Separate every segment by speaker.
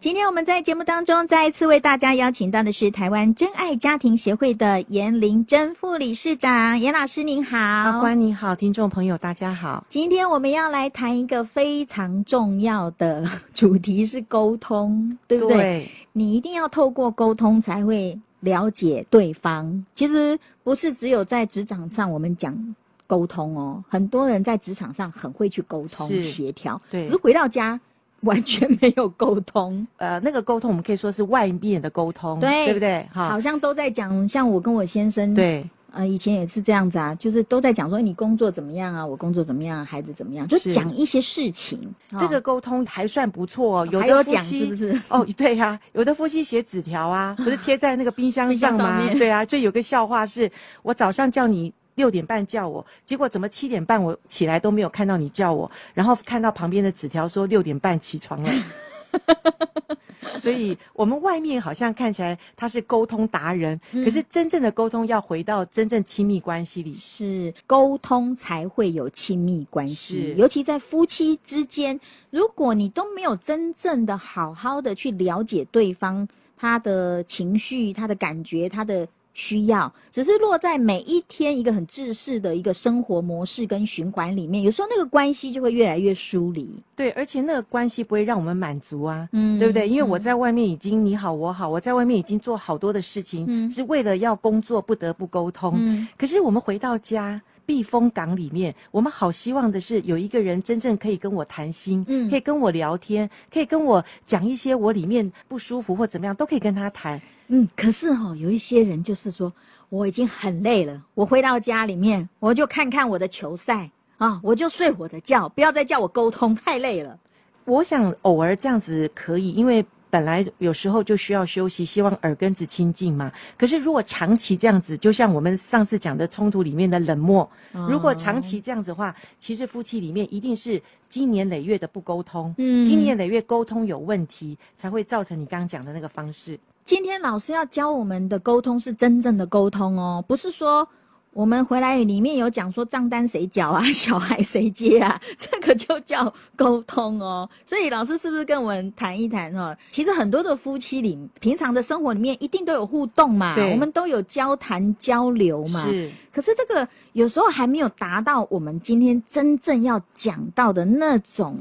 Speaker 1: 今天我们在节目当中再一次为大家邀请到的是台湾真爱家庭协会的严玲珍副理事长，严老师您好，
Speaker 2: 阿啊关你好，听众朋友大家好。
Speaker 1: 今天我们要来谈一个非常重要的主题是沟通，对不对？你一定要透过沟通才会了解对方。其实不是只有在职场上我们讲沟通哦，很多人在职场上很会去沟通
Speaker 2: 是
Speaker 1: 协调，
Speaker 2: 对
Speaker 1: 可是回到家完全没有沟通。
Speaker 2: 呃，那个沟通我们可以说是外面的沟通，
Speaker 1: 对
Speaker 2: 对不对？哈
Speaker 1: 好，像都在讲，像我跟我先生，，
Speaker 2: 啊对，
Speaker 1: 呃，以前也是这样子啊，就是都在讲说你工作怎么样啊，我工作怎么样啊，孩子怎么样，就是讲一些事情。
Speaker 2: 这个
Speaker 1: 哦
Speaker 2: 沟通还算不错哦。有
Speaker 1: 还有
Speaker 2: 的夫
Speaker 1: 讲是不
Speaker 2: 妻
Speaker 1: 是？
Speaker 2: 哦，对呀、有的夫妻写纸条啊，不是贴在那个冰箱
Speaker 1: 冰箱
Speaker 2: 上吗
Speaker 1: 上？面
Speaker 2: 对啊，就有个笑话是，我早上叫你六点半叫我，结果怎么七点半我起来都没有看到你叫我，然后看到旁边的纸条说六点半起床 了。所以，我们外面好像看起来他是沟通达人，
Speaker 1: 嗯
Speaker 2: 可是真正的沟通要回到真正亲密关系里。
Speaker 1: 是沟通才会有亲密关系
Speaker 2: 是，
Speaker 1: 尤其在夫妻之间，如果你都没有真正的好好的去了解对方他的情绪、他的感觉、他的需要，只是落在每一天一个很制式的一个生活模式跟循环里面，有时候那个关系就会越来越疏离。
Speaker 2: 对，而且那个关系不会让我们满足啊。
Speaker 1: 嗯
Speaker 2: 对不对？因为我
Speaker 1: 嗯
Speaker 2: 在外面已经你好我好，我在外面已经做好多的事情，
Speaker 1: 嗯
Speaker 2: 是为了要工作不得不沟通。
Speaker 1: 嗯
Speaker 2: 可是我们回到家避风港里面，我们好希望的是有一个人真正可以跟我谈心，
Speaker 1: 嗯
Speaker 2: 可以跟我聊天，可以跟我讲一些我里面不舒服或怎么样，都可以跟他谈。
Speaker 1: 嗯，可是哈、有一些人就是说，我已经很累了，我回到家里面，我就看看我的球赛啊，我就睡我的觉，不要再叫我沟通，太累了。
Speaker 2: 我想偶尔这样子可以，因为本来有时候就需要休息，希望耳根子清净嘛。可是如果长期这样子，就像我们上次讲的冲突里面的冷漠，
Speaker 1: 哦
Speaker 2: 如果长期这样子的话，其实夫妻里面一定是经年累月的不沟通，
Speaker 1: 嗯
Speaker 2: 经年累月沟通有问题，才会造成你刚刚讲的那个方式。
Speaker 1: 今天老师要教我们的沟通是真正的沟通哦，不是说我们回来里面有讲说账单谁缴啊， 小孩谁接啊，这个就叫沟通哦。所以老师是不是跟我们谈一谈哦？其实很多的夫妻里，平常的生活里面一定都有互动嘛，
Speaker 2: 对
Speaker 1: 我们都有交谈交流嘛。
Speaker 2: 是，
Speaker 1: 可是这个有时候还没有达到我们今天真正要讲到的那种。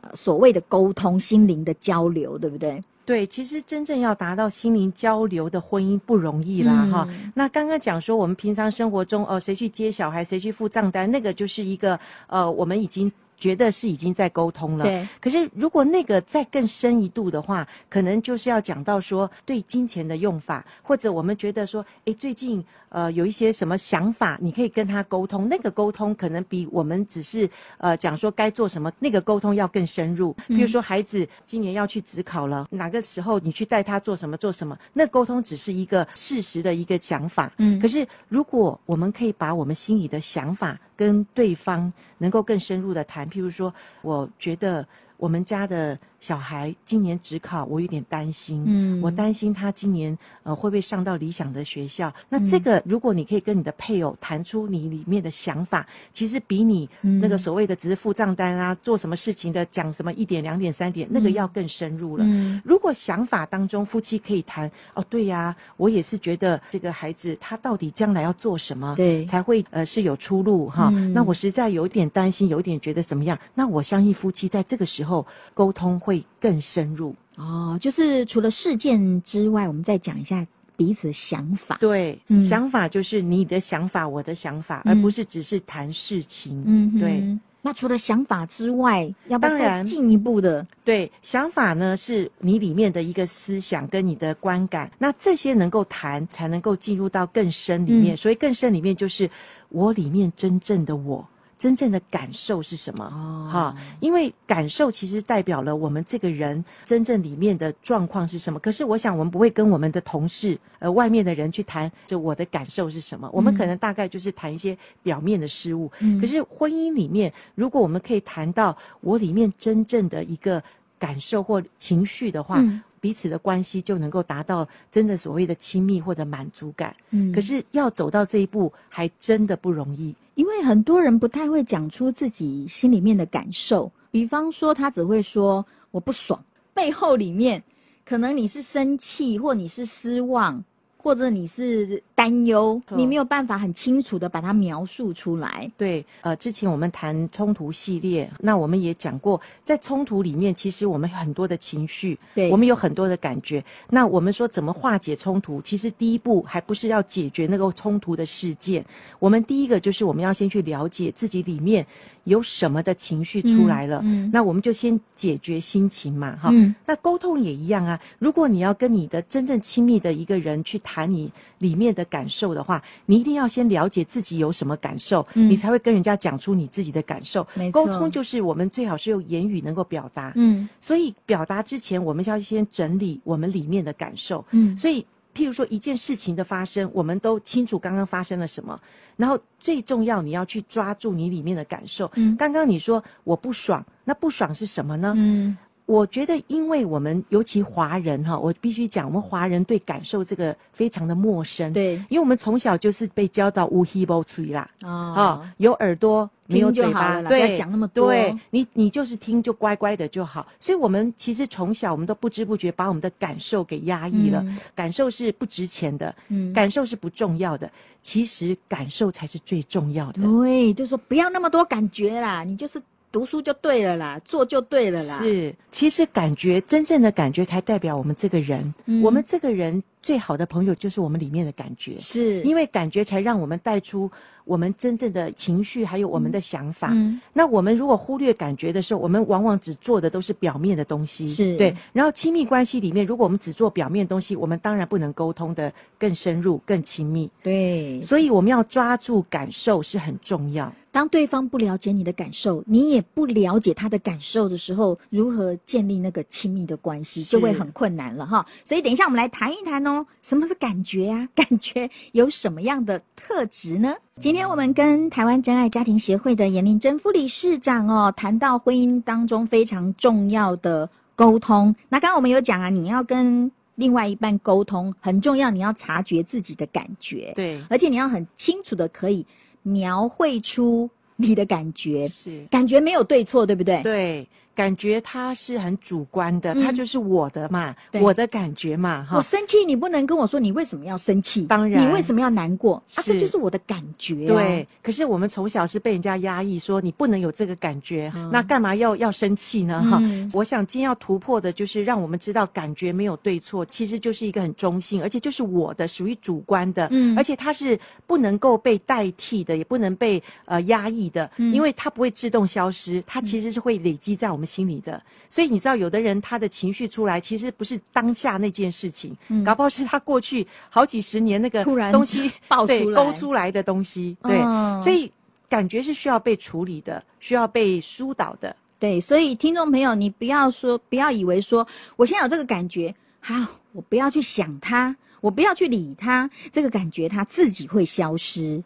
Speaker 1: 呃所谓的沟通、心灵的交流，对不对？
Speaker 2: 对，其实真正要达到心灵交流的婚姻不容易啦，哈、
Speaker 1: 嗯
Speaker 2: 那刚刚讲说，我们平常生活中，哦、谁去接小孩，谁去付账单，那个就是一个，呃，我们已经觉得是已经在沟通了。
Speaker 1: 对，
Speaker 2: 可是，如果那个再更深一度的话，可能就是要讲到说对金钱的用法，或者我们觉得说，诶，最近呃有一些什么想法，你可以跟他沟通。那个沟通可能比我们只是呃讲说该做什么，那个沟通要更深入。比如说，孩子今年要去职考了，哪个时候你去带他做什么做什么，那沟通只是一个事实的一个讲法。
Speaker 1: 嗯
Speaker 2: 可是，如果我们可以把我们心里的想法跟对方能够更深入的谈，譬如说，我觉得我们家的小孩今年只考，我有点担心。
Speaker 1: 嗯
Speaker 2: 我担心他今年呃会不会上到理想的学校？那
Speaker 1: 嗯
Speaker 2: 这个如果你可以跟你的配偶谈出你里面的想法，其实比你
Speaker 1: 嗯
Speaker 2: 那个所谓的只是付账单啊，做什么事情的讲什么一点两点三点，那个
Speaker 1: 嗯
Speaker 2: 要更深入了。
Speaker 1: 嗯
Speaker 2: 如果想法当中夫妻可以谈哦，对呀、我也是觉得这个孩子他到底将来要做什么，
Speaker 1: 对
Speaker 2: 才会呃是有出路哈。
Speaker 1: 嗯
Speaker 2: 那我实在有一点担心，有一点觉得怎么样？那我相信夫妻在这个时候沟通会更深入。
Speaker 1: 哦，就是除了事件之外，我们再讲一下彼此的想法。
Speaker 2: 对，
Speaker 1: 嗯
Speaker 2: 想法就是你的想法，我的想法，
Speaker 1: 嗯
Speaker 2: 而不是只是谈事情。
Speaker 1: 嗯哼
Speaker 2: 对。
Speaker 1: 那除了想法之外，要不
Speaker 2: 当
Speaker 1: 要再
Speaker 2: 然
Speaker 1: 进一步的？
Speaker 2: 对，想法呢是你里面的一个思想跟你的观感，那这些能够谈，才能够进入到更深里面。所以更深里面就是我里面真正的我，真正的感受是什么？
Speaker 1: 哦
Speaker 2: 哈，因为感受其实代表了我们这个人真正里面的状况是什么。可是我想，我们不会跟我们的同事、呃外面的人去谈，就我的感受是什么。我们
Speaker 1: 嗯
Speaker 2: 可能大概就是谈一些表面的事物。
Speaker 1: 嗯
Speaker 2: 可是婚姻里面，如果我们可以谈到我里面真正的一个。感受或情绪的话，
Speaker 1: 嗯
Speaker 2: 彼此的关系就能够达到真的所谓的亲密或者满足感。
Speaker 1: 嗯
Speaker 2: 可是要走到这一步，还真的不容易。
Speaker 1: 因为很多人不太会讲出自己心里面的感受，比方说他只会说我不爽，背后里面可能你是生气，或你是失望，或者你是担忧，
Speaker 2: 嗯
Speaker 1: 你没有办法很清楚的把它描述出来。
Speaker 2: 对，呃，之前我们谈冲突系列，那我们也讲过，在冲突里面，其实我们有很多的情绪，
Speaker 1: 对
Speaker 2: 我们有很多的感觉。那我们说怎么化解冲突？其实第一步还不是要解决那个冲突的事件，我们第一个就是我们要先去了解自己里面有什么的情绪出来了。
Speaker 1: 嗯嗯
Speaker 2: 那我们就先解决心情嘛，哈。
Speaker 1: 嗯
Speaker 2: 那沟通也一样啊。如果你要跟你的真正亲密的一个人去谈你里面的感受的话，你一定要先了解自己有什么感受，
Speaker 1: 嗯
Speaker 2: 你才会跟人家讲出你自己的感受
Speaker 1: 没。错
Speaker 2: 沟通就是我们最好是用言语能够表达。
Speaker 1: 嗯
Speaker 2: 所以表达之前，我们要先整理我们里面的感受。
Speaker 1: 嗯
Speaker 2: 所以，譬如说一件事情的发生，我们都清楚刚刚发生了什么，然后最重要你要去抓住你里面的感受。
Speaker 1: 嗯
Speaker 2: 刚刚你说我不爽，那不爽是什么呢？
Speaker 1: 嗯
Speaker 2: 我觉得，因为我们尤其华人哈，我必须讲，我们华人对感受这个非常的陌生。，
Speaker 1: 对
Speaker 2: 因为我们从小就是被教到无 h e b o 嘴啦，
Speaker 1: 啊、
Speaker 2: 啊、有耳朵没有嘴
Speaker 1: 听就好
Speaker 2: 巴，
Speaker 1: 了啦不要
Speaker 2: 对，
Speaker 1: 讲那么多
Speaker 2: 对你，你就是听就乖乖的就好。所以，我们其实从小我们都不知不觉把我们的感受给压抑了，
Speaker 1: 嗯
Speaker 2: 感受是不值钱的，
Speaker 1: 嗯
Speaker 2: 感受是不重要的，其实感受才是最重要的。
Speaker 1: 对，就说不要那么多感觉啦，你就是读书就对了啦，做就对了啦。
Speaker 2: 是，其实感觉真正的感觉才代表我们这个人。
Speaker 1: 嗯
Speaker 2: 我们这个人最好的朋友就是我们里面的感觉，
Speaker 1: 是，
Speaker 2: 因
Speaker 1: 为
Speaker 2: 为感觉才让我们带出我们真正的情绪，还有我们的想法。
Speaker 1: 嗯
Speaker 2: 那我们如果忽略感觉的时候，我们往往只做的都是表面的东西，
Speaker 1: 是
Speaker 2: 对。然后亲密关系里面，如果我们只做表面东西，我们当然不能沟通的更深入、更亲密。
Speaker 1: 对，
Speaker 2: 所以我们要抓住感受是很重要。
Speaker 1: 当对方不了解你的感受，你也不了解他的感受的时候，如何建立那个亲密的关系，
Speaker 2: 是
Speaker 1: 就会很困难了哈。所以等一下我们来谈一谈哦，什么是感觉啊？ 感觉有什么样的特质呢？今天我们跟台湾真爱家庭协会的严玲珍副理事长哦，谈到婚姻当中非常重要的沟通。那刚刚我们有讲啊，你要跟另外一半沟通很重要，你要察觉自己的感觉。
Speaker 2: 对，
Speaker 1: 而且你要很清楚的可以描绘出你的感觉，
Speaker 2: 是。
Speaker 1: 感觉没有对错，对不对？
Speaker 2: 对，感觉它是很主观的，
Speaker 1: 嗯
Speaker 2: 它就是我的嘛，
Speaker 1: 对
Speaker 2: 我的感觉嘛，哈
Speaker 1: 我。生气，你不能跟我说你为什么要生气，
Speaker 2: 当然
Speaker 1: 你为什么要难过啊？
Speaker 2: 是
Speaker 1: 这就是我的感觉、啊。
Speaker 2: 对，，可是我们从小是被人家压抑，说你不能有这个感觉，
Speaker 1: 嗯
Speaker 2: 那干嘛要要生气呢？啊哈、
Speaker 1: 嗯
Speaker 2: 我想今天要突破的就是让我们知道，感觉没有对错，其实就是一个很中性，而且就是我的，属于主观的，
Speaker 1: 嗯
Speaker 2: 而且它是不能够被代替的，也不能被呃压抑的，
Speaker 1: 嗯
Speaker 2: 因为它不会自动消失，它其实是会累积在我们心里
Speaker 1: 嗯
Speaker 2: 的。所以你知道，有的人他的情绪出来，其实不是当下那件事情，
Speaker 1: 嗯
Speaker 2: 搞不好是他过去好几十年那个
Speaker 1: 突然
Speaker 2: 东西
Speaker 1: 爆
Speaker 2: 对
Speaker 1: 出来
Speaker 2: 勾出来的东西，对，
Speaker 1: 嗯
Speaker 2: 所以感觉是需要被处理的，需要被疏导的。
Speaker 1: 对，所以听众朋友，你不要说，不要以为说我现在有这个感觉，好，我不要去想它，我不要去理它，这个感觉它自己会消失。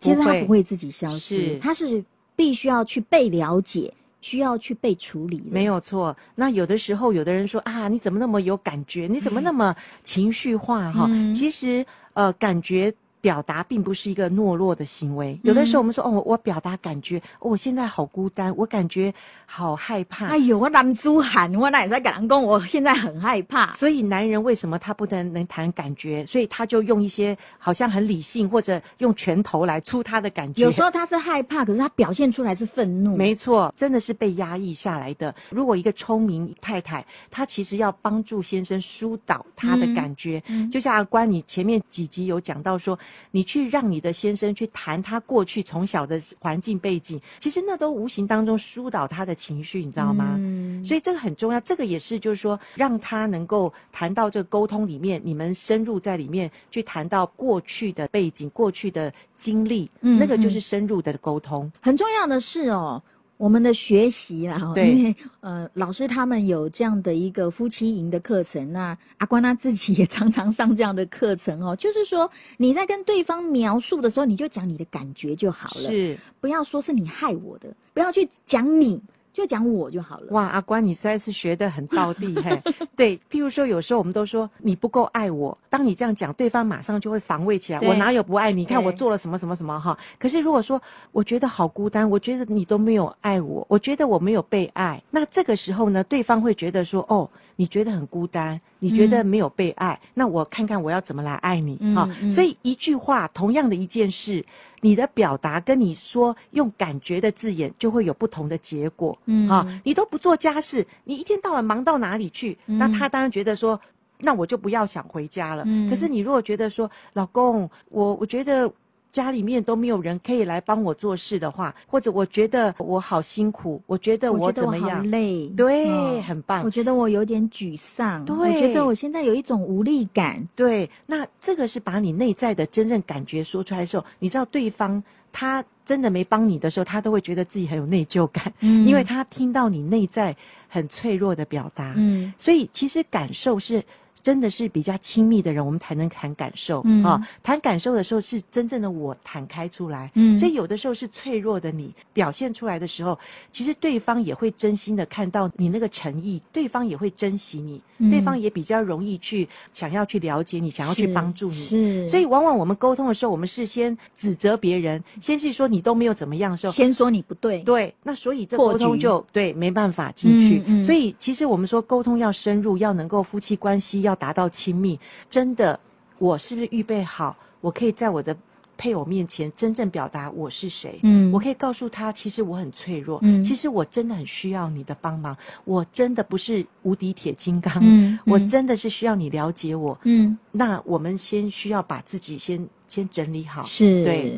Speaker 1: 其实
Speaker 2: 不
Speaker 1: 它
Speaker 2: 会
Speaker 1: 不会自己消失，
Speaker 2: 是
Speaker 1: 它是必须要去被了解，需要去被处理的。
Speaker 2: 没有错。那有的时候，有的人说啊，你怎么那么有感觉？你怎么那么情绪化？哈、
Speaker 1: 嗯
Speaker 2: 其实呃，感觉。表达并不是一个懦弱的行为。有的时
Speaker 1: 嗯
Speaker 2: 候我们说，哦，我我表达感觉、哦，我现在好孤单，我感觉好害怕
Speaker 1: 哎。呦，我男子汉，我哪会在跟人讲，我现在很害怕。
Speaker 2: 所以男人为什么他不能能谈感觉？所以他就用一些好像很理性，或者用拳头来出他的感觉。
Speaker 1: 有时候他是害怕，可是他表现出来是愤怒。
Speaker 2: 没错，真的是被压抑下来的。如果一个聪明太太，她其实要帮助先生疏导他的感觉，
Speaker 1: 嗯嗯
Speaker 2: 就像阿关，你前面几集有讲到说，你去让你的先生去谈他过去从小的环境背景，其实那都无形当中疏导他的情绪，你知道吗？
Speaker 1: 嗯
Speaker 2: 所以这个很重要，这个也是就是说，让他能够谈到这个沟通里面，你们深入在里面去谈到过去的背景、过去的经历，
Speaker 1: 嗯
Speaker 2: 那个就
Speaker 1: 嗯
Speaker 2: 是深入的沟通。
Speaker 1: 很重要的是哦，我们的学习啦，哦
Speaker 2: 对
Speaker 1: 因为呃，老师他们有这样的一个夫妻营的课程，那阿关他自己也常常上这样的课程哦。就是说，你在跟对方描述的时候，你就讲你的感觉就好了，
Speaker 2: 是。
Speaker 1: 不要说是你害我的，不要去讲你，就讲我就好了。
Speaker 2: 哇，阿关，你实在是学得很到地嘿。对，譬如说，有时候我们都说你不够爱我，当你这样讲，对方马上就会防卫起来。
Speaker 1: 对
Speaker 2: 我哪有不爱你？你看
Speaker 1: 对
Speaker 2: 我做了什么什么什么哈。可是如果说我觉得好孤单，我觉得你都没有爱我，我觉得我没有被爱，那这个时候呢，对方会觉得说，哦，你觉得很孤单，你觉得没有被爱，那我看看我要怎么来爱你
Speaker 1: 嗯
Speaker 2: 哈。
Speaker 1: 嗯
Speaker 2: 所以一句话，同样的一件事，你的表达跟你说用感觉的字眼，就会有不同的结果。
Speaker 1: 嗯
Speaker 2: 啊，你都不做家事，你一天到晚忙到哪里去？
Speaker 1: 嗯
Speaker 2: 那他当然觉得说，那我就不要想回家了。
Speaker 1: 嗯
Speaker 2: 可是你如果觉得说，老公，我我觉得。家里面都没有人可以来帮我做事的话，或者我觉得我好辛苦，我觉得
Speaker 1: 我
Speaker 2: 我
Speaker 1: 觉得
Speaker 2: 怎
Speaker 1: 我
Speaker 2: 么
Speaker 1: 好
Speaker 2: 样？
Speaker 1: 累，
Speaker 2: 对，
Speaker 1: 嗯
Speaker 2: 很棒
Speaker 1: 我。觉得我有点沮丧，我
Speaker 2: 啊对
Speaker 1: 觉得我现在有一种无力感，
Speaker 2: 对，那这个是把你内在的真正感觉说出来的时候，你知道对方他真的没帮你的时候，他都会觉得自己很有内疚感，
Speaker 1: 嗯
Speaker 2: 因为他听到你内在很脆弱的表达。
Speaker 1: 嗯
Speaker 2: 所以其实感受是真的是比较亲密的人，我们才能谈感受啊、
Speaker 1: 嗯
Speaker 2: 谈感受的时候是真正的我坦开出来，
Speaker 1: 嗯
Speaker 2: 所以有的时候是脆弱的你表现出来的时候，其实对方也会真心的看到你那个诚意，对方也会珍惜你，
Speaker 1: 嗯
Speaker 2: 对方也比较容易去想要去了解你，想要去
Speaker 1: 是
Speaker 2: 帮助你。
Speaker 1: 是，
Speaker 2: 所以，往往我们沟通的时候，我们是先指责别人，先是说你都没有怎么样的时候，
Speaker 1: 先说你不对，
Speaker 2: 对，那所以这
Speaker 1: 破
Speaker 2: 沟通
Speaker 1: 局
Speaker 2: 就对没办法进去。
Speaker 1: 嗯嗯
Speaker 2: 所以其实我们说沟通要深入，要能够夫妻关系要达到亲密，真的，我是不是预备好？我可以在我的配偶面前真正表达我是谁。
Speaker 1: 嗯，
Speaker 2: 我可以告诉他，其实我很脆弱，
Speaker 1: 嗯
Speaker 2: 其实我真的很需要你的帮忙，我真的不是无敌铁金刚，
Speaker 1: 嗯，
Speaker 2: 我
Speaker 1: 嗯
Speaker 2: 真的是需要你了解我。
Speaker 1: 嗯
Speaker 2: 那我们先需要把自己先先整理好，
Speaker 1: 是，
Speaker 2: 对。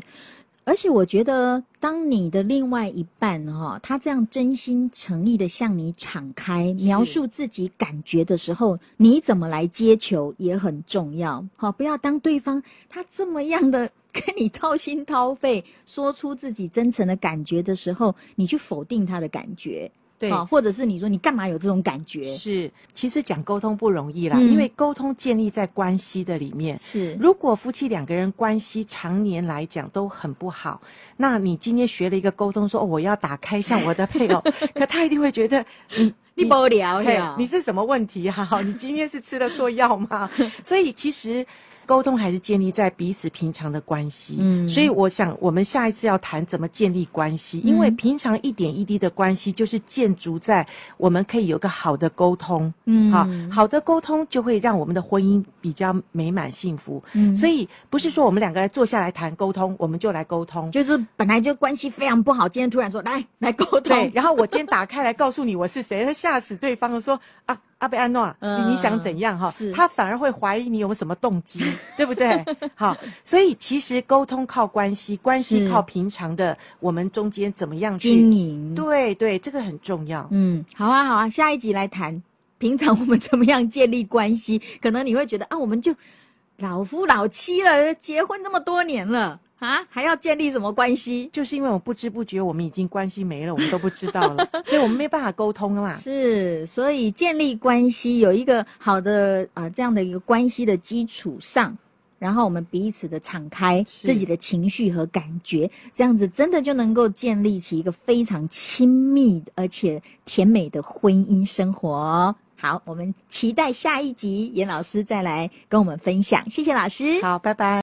Speaker 1: 而且我觉得，当你的另外一半哈、他这样真心诚意的向你敞开
Speaker 2: 是
Speaker 1: 描述自己感觉的时候，你怎么来接球也很重要。好、不要当对方他这么样的跟你掏心掏肺说出自己真诚的感觉的时候，你去否定他的感觉，
Speaker 2: 对
Speaker 1: 好或者是你说你干嘛有这种感觉？
Speaker 2: 是，其实讲沟通不容易啦，
Speaker 1: 嗯
Speaker 2: 因为沟通建立在关系的里面。
Speaker 1: 是，
Speaker 2: 如果夫妻两个人关系常年来讲都很不好，那你今天学了一个沟通说，哦、我要打开向我的配 偶，可他一定会觉得你
Speaker 1: 你不聊
Speaker 2: 嘿
Speaker 1: 哦呀，
Speaker 2: 你是什么问题哈、 你今天是吃了错药 吗？所以其实沟通还是建立在彼此平常的关系。
Speaker 1: 嗯
Speaker 2: 所以我想我们下一次要谈怎么建立关系，因为
Speaker 1: 嗯
Speaker 2: 平常一点一滴的关系就是建筑在我们可以有个好的沟通。
Speaker 1: 嗯
Speaker 2: 哈，好的沟通就会让我们的婚姻比较美满幸福。
Speaker 1: 嗯
Speaker 2: 所以不是说我们两个来坐下来谈沟通，我们就来沟通。
Speaker 1: 就是本来就关系非常不好，今天突然说来来沟
Speaker 2: 对
Speaker 1: 通，，
Speaker 2: 然后我今天打开来告诉你我是谁，他吓死对方 说啊，阿贝安诺，
Speaker 1: 嗯
Speaker 2: 你你想怎样哈
Speaker 1: 是？
Speaker 2: 他反而会怀疑你有没有什么动机， 对不对？好，所以其实沟通靠关系，关系
Speaker 1: 是
Speaker 2: 靠平常的我们中间怎么样
Speaker 1: 经
Speaker 2: 去。
Speaker 1: 营。
Speaker 2: 对对，这个很重要。
Speaker 1: 嗯，好啊，好啊，下一集来谈平常我们怎么样建立关系。可能你会觉得啊，我们就老夫老妻了，结婚这么多年了啊，还要建立什么关系？
Speaker 2: 就是因为我们不知不觉我们已经关系没了，我们都不知道了， 所以我们没办法沟通嘛。
Speaker 1: 是，所以建立关系有一个好的啊、呃这样的一个关系的基础上，然后我们彼此的敞开
Speaker 2: 是
Speaker 1: 自己的情绪和感觉，这样子真的就能够建立起一个非常亲密而且甜美的婚姻生活哦。好，我们期待下一集严老师再来跟我们分享，谢谢老师。
Speaker 2: 好，拜拜。